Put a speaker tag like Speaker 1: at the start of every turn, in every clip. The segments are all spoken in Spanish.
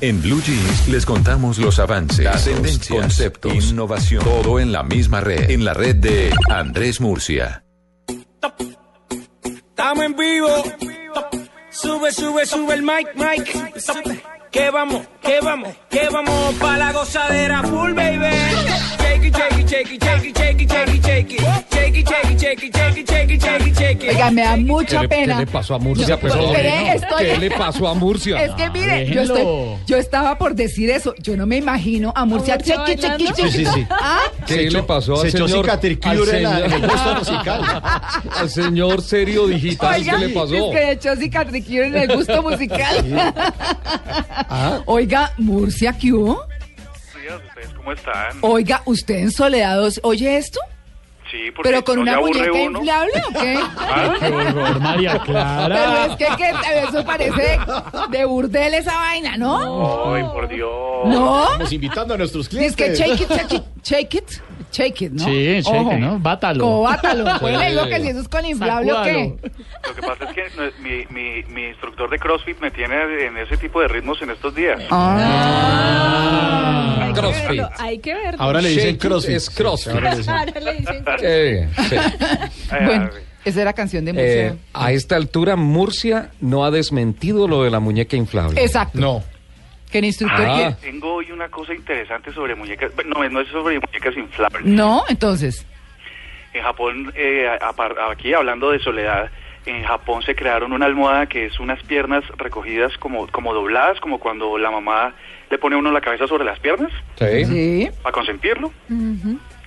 Speaker 1: En Blue Jeans les contamos los avances, las tendencias, conceptos, innovación, todo en la misma red, en la red de Andrés Murcia.
Speaker 2: Estamos en vivo. Sube, sube, sube el mic, mic. Que vamos, que vamos, que vamos pa la gozadera full baby. Shake it, shake it, shake it, shake it, shake it, shake it, shake it. Shake it, shake it, shake it, shake it, shake it, shake it, shake it.
Speaker 3: Oiga, me da mucha
Speaker 4: ¿Qué le,
Speaker 3: pena.
Speaker 4: qué le pasó a Murcia? Pues,
Speaker 3: Pues,
Speaker 4: hombre,
Speaker 3: espere,
Speaker 4: no.
Speaker 3: estoy-
Speaker 4: ¿Qué le pasó a Murcia?
Speaker 3: Es que mire, yo,
Speaker 4: Déjenlo.
Speaker 3: estoy- yo estaba por decir eso. Yo no me imagino a Murcia.
Speaker 5: Murcia
Speaker 3: chequi, chequi,
Speaker 5: bailando?
Speaker 3: chequi.
Speaker 6: Sí, sí, sí.
Speaker 3: Ah,
Speaker 4: ¿Qué le pasó
Speaker 6: se
Speaker 4: al
Speaker 6: echó
Speaker 4: señor? al,
Speaker 6: cicatricure en, la- en el
Speaker 4: señor
Speaker 6: gusto musical.
Speaker 4: al señor serio digital,
Speaker 3: oiga,
Speaker 4: ¿qué le pasó?
Speaker 3: es que de hecho sí cardiquillo en el gusto musical.
Speaker 6: Ah,
Speaker 3: Oiga, Murcia, ¿qué hubo?
Speaker 7: días, ¿ustedes cómo están?
Speaker 3: Oiga, ¿usted en Soledados oye esto?
Speaker 7: Sí, porque
Speaker 3: ¿Pero con
Speaker 7: no
Speaker 3: una
Speaker 7: Pues le aburre
Speaker 3: muñeca
Speaker 7: uno.
Speaker 3: inflable o qué?
Speaker 7: Ah,
Speaker 5: horror, María
Speaker 3: Pero es
Speaker 5: Clara.
Speaker 3: que, que eso parece de burdel esa vaina, ¿no?
Speaker 7: Ay, por Dios.
Speaker 3: ¿No?
Speaker 6: estamos pues, invitando a nuestros
Speaker 3: Dice
Speaker 6: clientes.
Speaker 3: que shake it, shake it, shake it, shake it, ¿no?
Speaker 5: Sí, shake it, ¿no? Bátalo.
Speaker 3: Cobátalo. Pues le digo
Speaker 4: Sí.
Speaker 3: que si eso es con inflable o qué.
Speaker 5: Sacúdalo.
Speaker 7: Lo que pasa es que no es- mi, mi, mi instructor de CrossFit me tiene en ese tipo de ritmos en estos días.
Speaker 3: Ah,
Speaker 4: Hay que Crossfit. verlo,
Speaker 8: Hay que verlo.
Speaker 6: Ahora le
Speaker 4: Shake
Speaker 6: dicen
Speaker 4: it
Speaker 6: crossfit.
Speaker 4: es crossfit.
Speaker 6: ahora le dicen.
Speaker 8: Ahora le dicen que-
Speaker 4: Eh, sí.
Speaker 7: Ay,
Speaker 3: Bueno,
Speaker 7: ay,
Speaker 3: esa era canción de Murcia.
Speaker 4: Eh, a esta altura, Murcia no ha desmentido lo de la muñeca inflable.
Speaker 3: Exacto.
Speaker 6: No.
Speaker 3: Que el instructor.
Speaker 4: Ah.
Speaker 3: quiere-
Speaker 7: Tengo hoy una cosa interesante sobre muñecas. No, no es sobre muñecas inflables.
Speaker 3: No, entonces.
Speaker 7: En Japón, eh, a- a- aquí hablando de soledad, en Japón se crearon una almohada que es unas piernas recogidas como, como dobladas, como cuando la mamá le pone a uno la cabeza sobre las piernas.
Speaker 4: Sí.
Speaker 3: Sí.
Speaker 7: para consentirlo.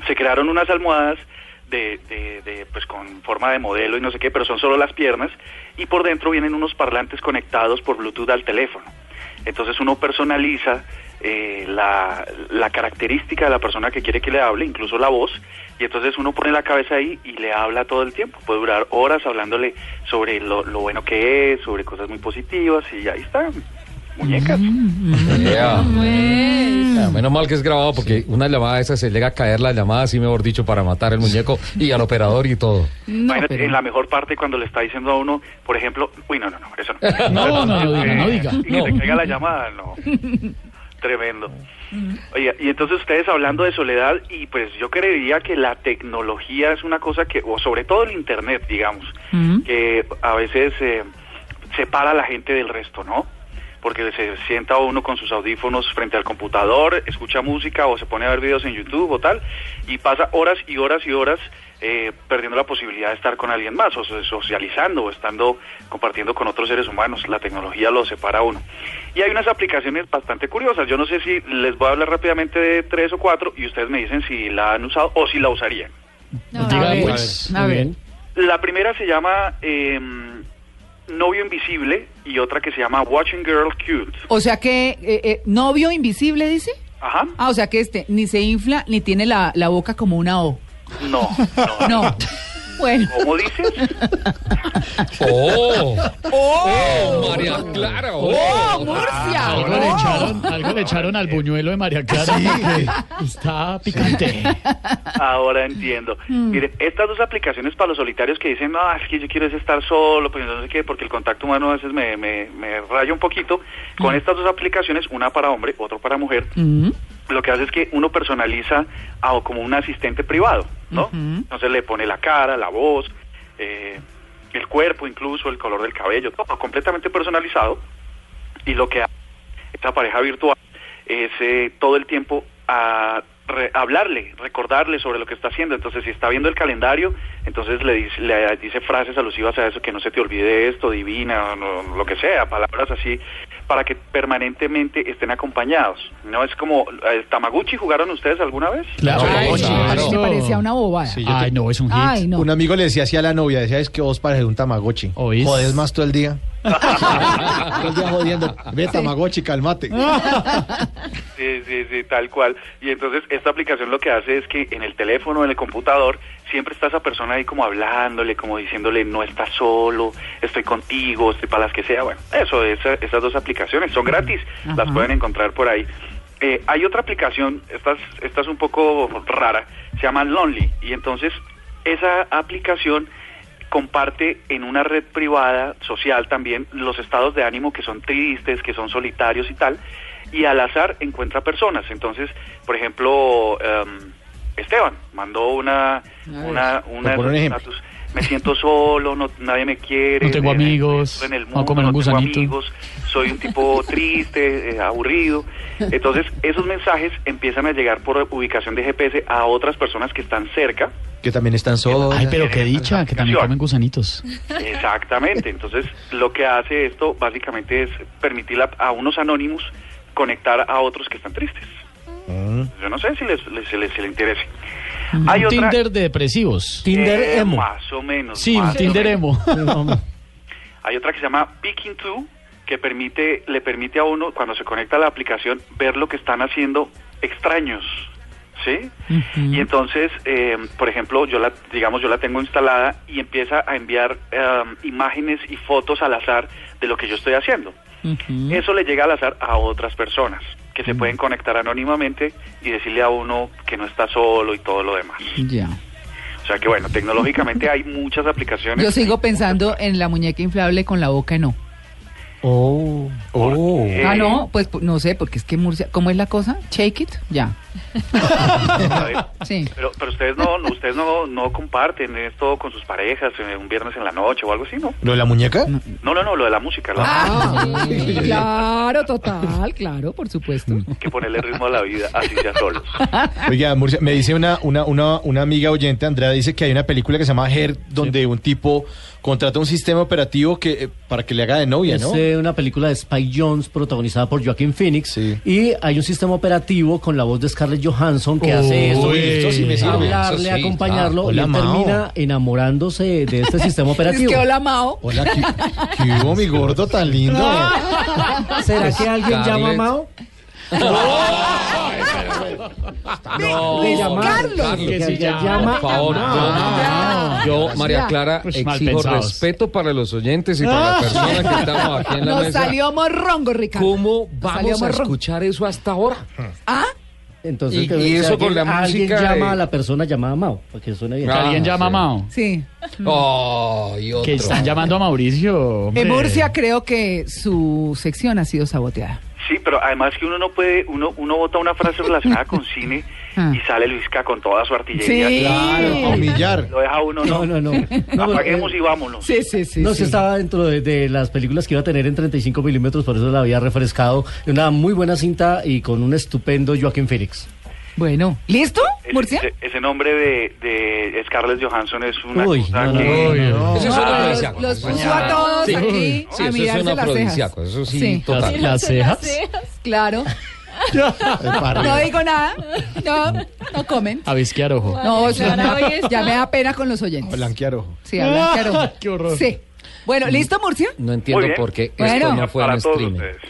Speaker 7: Se crearon unas almohadas de, de- de, pues con forma de modelo y no sé qué, pero son solo las piernas y por dentro vienen unos parlantes conectados por Bluetooth al teléfono. Entonces uno personaliza eh, la, la característica de la persona que quiere que le hable, incluso la voz, y entonces uno pone la cabeza ahí y le habla todo el tiempo. Puede durar horas hablándole sobre lo, lo bueno que es, sobre cosas muy positivas y ahí está. Muñecas.
Speaker 4: Yeah. Ah, menos mal que es grabado porque una llamada esa se llega a caer la llamada, así mejor dicho, para matar el muñeco y al operador y todo.
Speaker 3: No,
Speaker 7: Imagínate,
Speaker 3: pero-
Speaker 7: en la mejor parte cuando le está diciendo a uno, por ejemplo, uy, no, no, no, eso no.
Speaker 5: No, no, no diga, no
Speaker 7: Eh,
Speaker 5: diga.
Speaker 7: Y que
Speaker 4: no.
Speaker 7: te caiga la llamada, no. Tremendo.
Speaker 5: Mm.
Speaker 7: Oiga, y entonces ustedes hablando de soledad, y pues yo creería que la tecnología es una cosa que, o sobre todo el Internet, digamos,
Speaker 5: Mm.
Speaker 7: que a veces eh, separa a la gente del resto, ¿no? Porque se sienta uno con sus audífonos frente al computador, escucha música o se pone a ver videos en YouTube o tal, y pasa horas y horas y horas eh, perdiendo la posibilidad de estar con alguien más, o so- socializando, o estando compartiendo con otros seres humanos. La tecnología lo separa a uno. Y hay unas aplicaciones bastante curiosas. Yo no sé si les voy a hablar rápidamente de tres o cuatro y ustedes me dicen si la han usado o si la usarían.
Speaker 3: A
Speaker 5: Diga,
Speaker 3: ver,
Speaker 5: pues.
Speaker 3: a
Speaker 5: muy
Speaker 3: ver.
Speaker 5: bien.
Speaker 7: La primera se llama em, Novio Invisible y otra que se llama Watching Girl Cute.
Speaker 3: O sea que, eh, eh, novio invisible, dice.
Speaker 7: Ajá.
Speaker 3: Ah, o sea que este ni se infla ni tiene la, la boca como una O.
Speaker 7: No, no.
Speaker 3: No. Bueno.
Speaker 7: ¿Cómo dices?
Speaker 4: ¡Oh! ¡Oh! María Clara! ¡Oh!
Speaker 3: ¡Oh, Murcia!
Speaker 5: Algo ah, le, echaron, algo le echaron al buñuelo de María Clara. porque Está picante.
Speaker 7: Ahora entiendo. Mire, estas dos aplicaciones para los solitarios que dicen, no, es que yo quiero es estar solo, pues no sé qué, porque el contacto humano a veces me, me, me raya un poquito. Con estas dos aplicaciones, una para hombre, otra para mujer,
Speaker 3: Mm.
Speaker 7: lo que hace es que uno personaliza a, o como un asistente privado, ¿no? Entonces le pone la cara, la voz, eh, el cuerpo incluso, el color del cabello, todo completamente personalizado. Y lo que hace esta pareja virtual es eh, todo el tiempo a re- hablarle, recordarle sobre lo que está haciendo. Entonces, si está viendo el calendario, entonces le dice, le dice frases alusivas a eso, que no se te olvide esto, divina, o no- lo que sea, palabras así, para que permanentemente estén acompañados. No es como, ¿el Tamaguchi jugaron ustedes alguna vez?
Speaker 5: Claro,
Speaker 3: Ay,
Speaker 4: sí,
Speaker 3: no, me parecía una bobada.
Speaker 6: Sí, yo
Speaker 5: Ay,
Speaker 6: te-
Speaker 5: no, es un hit.
Speaker 3: Ay, no.
Speaker 6: Un amigo le decía así a la novia, decía, es que vos pareces un tamagotchi.
Speaker 5: ¿Oís?
Speaker 6: Jodés más todo el día. todo el día jodiendo. Ve, tamagotchi, calmate.
Speaker 7: Sí, sí, sí, tal cual. Y entonces esta aplicación lo que hace es que en el teléfono, en el computador, siempre está esa persona ahí como hablándole, como diciéndole, no estás solo, estoy contigo, estoy para las que sea. Bueno, eso, esa- esas dos aplicaciones son gratis, las pueden encontrar por ahí. Eh, hay otra aplicación, esta es, esta es un poco rara, se llama Lonely. Y entonces esa aplicación comparte en una red privada social también los estados de ánimo que son tristes, que son solitarios y tal. y al azar encuentra personas. Entonces, por ejemplo, em, Esteban mandó
Speaker 5: Ah,
Speaker 7: una, una, una,
Speaker 6: por un ejemplo.
Speaker 7: estatus, me siento solo, no, nadie me quiere,
Speaker 5: No tengo
Speaker 7: me- me
Speaker 5: amigos,
Speaker 7: encuentro en el
Speaker 5: voy a
Speaker 7: mundo,
Speaker 5: comer un
Speaker 7: no tengo
Speaker 5: gusanito".
Speaker 7: amigos, soy un tipo triste, eh, aburrido. Entonces, esos mensajes empiezan a llegar por ubicación de GPS a otras personas que están cerca.
Speaker 6: Que también están solos.
Speaker 5: Ay, pero
Speaker 7: Eh,
Speaker 5: qué dicha, que también comen gusanitos.
Speaker 7: Exactamente. Entonces, lo que hace esto básicamente es permitir a, a unos anónimos conectar a otros que están tristes. Yo no sé si les, les, les- si les interese. Hay
Speaker 5: Un
Speaker 7: otra,
Speaker 5: Mm. Tinder de depresivos.
Speaker 6: Tinder
Speaker 7: eh,
Speaker 6: emo.
Speaker 7: Más o menos.
Speaker 5: Sí,
Speaker 7: más
Speaker 5: un
Speaker 7: o
Speaker 5: Tinder
Speaker 7: menos.
Speaker 5: emo.
Speaker 7: Hay otra que se llama Picking To, que permite, le permite a uno, cuando se conecta a la aplicación, ver lo que están haciendo extraños. ¿Sí? Y entonces, eh, por ejemplo, yo la, digamos, yo la tengo instalada y empieza a enviar em, imágenes y fotos al azar de lo que yo estoy haciendo. Eso le llega al azar a otras personas que se pueden conectar anónimamente y decirle a uno que no está solo y todo lo demás.
Speaker 5: Ya.
Speaker 7: O sea que bueno, tecnológicamente hay muchas aplicaciones.
Speaker 3: Yo sigo pensando en la muñeca inflable con la boca, no.
Speaker 6: Oh. Oh.
Speaker 7: Eh,
Speaker 3: Ah, no, pues p- no sé, porque es que Murcia, ¿cómo es la cosa? Shake it, ya.
Speaker 7: a ver,
Speaker 3: Sí.
Speaker 7: Pero, pero ustedes no, no- ustedes no, no comparten esto con sus parejas eh, un viernes en la noche o algo así, ¿no?
Speaker 6: ¿Lo de la muñeca?
Speaker 7: No, no, no, lo de la música, la-
Speaker 3: Ah. claro, total, claro, por supuesto.
Speaker 7: que ponerle ritmo a la vida, así sea solos.
Speaker 6: Oiga, Murcia, me dice una, una, una, una amiga oyente, Andrea, dice que hay una película que se llama Her, donde un tipo contrata un sistema operativo que eh, para que le haga de novia,
Speaker 8: Es
Speaker 6: ¿no?
Speaker 8: eh, una película de Spike Jones protagonizada por Joaquin Phoenix
Speaker 6: Sí.
Speaker 8: y hay un sistema operativo con la voz de Scarlett Johansson que hace eso.
Speaker 6: Uy, esto sí me sirve.
Speaker 4: habla. eso
Speaker 8: hablarle,
Speaker 4: Oh, sí,
Speaker 8: acompañarlo
Speaker 6: claro.
Speaker 8: y
Speaker 6: Hola,
Speaker 8: él
Speaker 6: Mao.
Speaker 8: termina enamorándose de este sistema
Speaker 3: Es
Speaker 8: operativo.
Speaker 3: que hola, Mao.
Speaker 6: Hola, ¿qué, qué hubo, mi gordo tan lindo?
Speaker 8: ¿Será que alguien llama a
Speaker 4: Scarlett.
Speaker 8: Mao?
Speaker 4: No,
Speaker 3: Luis
Speaker 4: Carlos.
Speaker 3: Carlos.
Speaker 8: Que
Speaker 5: sí,
Speaker 8: alguien
Speaker 5: ya.
Speaker 8: llama
Speaker 4: Por
Speaker 8: a
Speaker 4: favor, yo-
Speaker 8: Mao.
Speaker 4: yo, María Clara,
Speaker 5: Pues mal
Speaker 4: exijo
Speaker 5: pensados.
Speaker 4: respeto para los oyentes y para la persona que estamos aquí en la
Speaker 3: Nos
Speaker 4: mesa.
Speaker 3: salió morrongo, Ricardo.
Speaker 4: ¿Cómo
Speaker 3: salió
Speaker 4: vamos a
Speaker 3: morrón.
Speaker 4: escuchar eso hasta ahora?
Speaker 3: ¿Ah?
Speaker 8: Entonces,
Speaker 4: Y-
Speaker 8: que-
Speaker 4: y
Speaker 8: si
Speaker 4: eso con
Speaker 8: alguien-
Speaker 4: la
Speaker 8: alguien
Speaker 4: música
Speaker 8: llama
Speaker 4: de-
Speaker 8: a la persona llamada Mao, porque suena bien.
Speaker 4: Ah,
Speaker 5: ¿Alguien llama a
Speaker 4: sí.
Speaker 5: Mao?
Speaker 3: Sí.
Speaker 4: Oh, y otro.
Speaker 5: Que están llamando a Mauricio. hombre.
Speaker 3: En Murcia creo que su sección ha sido saboteada.
Speaker 7: Sí, pero además que uno no puede, uno, uno vota una frase relacionada con cine
Speaker 3: Ah.
Speaker 7: y sale Luisca con toda su artillería.
Speaker 3: Sí.
Speaker 6: Claro, a humillar.
Speaker 7: Lo deja a uno,
Speaker 8: No,
Speaker 7: no.
Speaker 8: no, no. No,
Speaker 7: Apaguemos
Speaker 8: eh,
Speaker 7: y vámonos.
Speaker 3: Sí, sí, sí.
Speaker 8: No,
Speaker 3: sí.
Speaker 8: se estaba dentro de, de las películas que iba a tener en 35 milímetros, por eso la había refrescado. Una muy buena cinta y con un estupendo Joaquín Phoenix.
Speaker 3: Bueno, ¿listo,
Speaker 7: Ese-
Speaker 3: Murcia?
Speaker 7: Ese, ese nombre de, de Scarlett Johansson es una
Speaker 8: Uy,
Speaker 7: cosa
Speaker 8: no, no,
Speaker 7: que...
Speaker 8: no, no.
Speaker 4: Eso es
Speaker 3: Ah,
Speaker 4: otro
Speaker 3: los-
Speaker 4: afrodisíaco.
Speaker 3: los puso a todos
Speaker 4: Sí,
Speaker 3: aquí
Speaker 4: sí,
Speaker 3: a
Speaker 4: eso
Speaker 3: mirarse
Speaker 4: suena
Speaker 3: las
Speaker 4: afrodisíaco,
Speaker 3: cejas.
Speaker 4: pues, Eso sí,
Speaker 3: Sí.
Speaker 4: total.
Speaker 5: ¿Las cejas?
Speaker 3: Claro. No digo nada. No, no comen.
Speaker 5: A visquear ojo.
Speaker 3: No, eso no. Ah, ya me da pena con los oyentes.
Speaker 6: Blanquear ojo.
Speaker 3: Sí, hablan claro.
Speaker 5: Qué horror. Mm.
Speaker 3: Sí. Bueno, ¿listo, Murcia?
Speaker 4: No entiendo
Speaker 7: bien.
Speaker 4: por qué
Speaker 3: Bueno.
Speaker 4: esto no fue
Speaker 7: para
Speaker 4: en
Speaker 7: todos
Speaker 4: streaming.
Speaker 7: ustedes.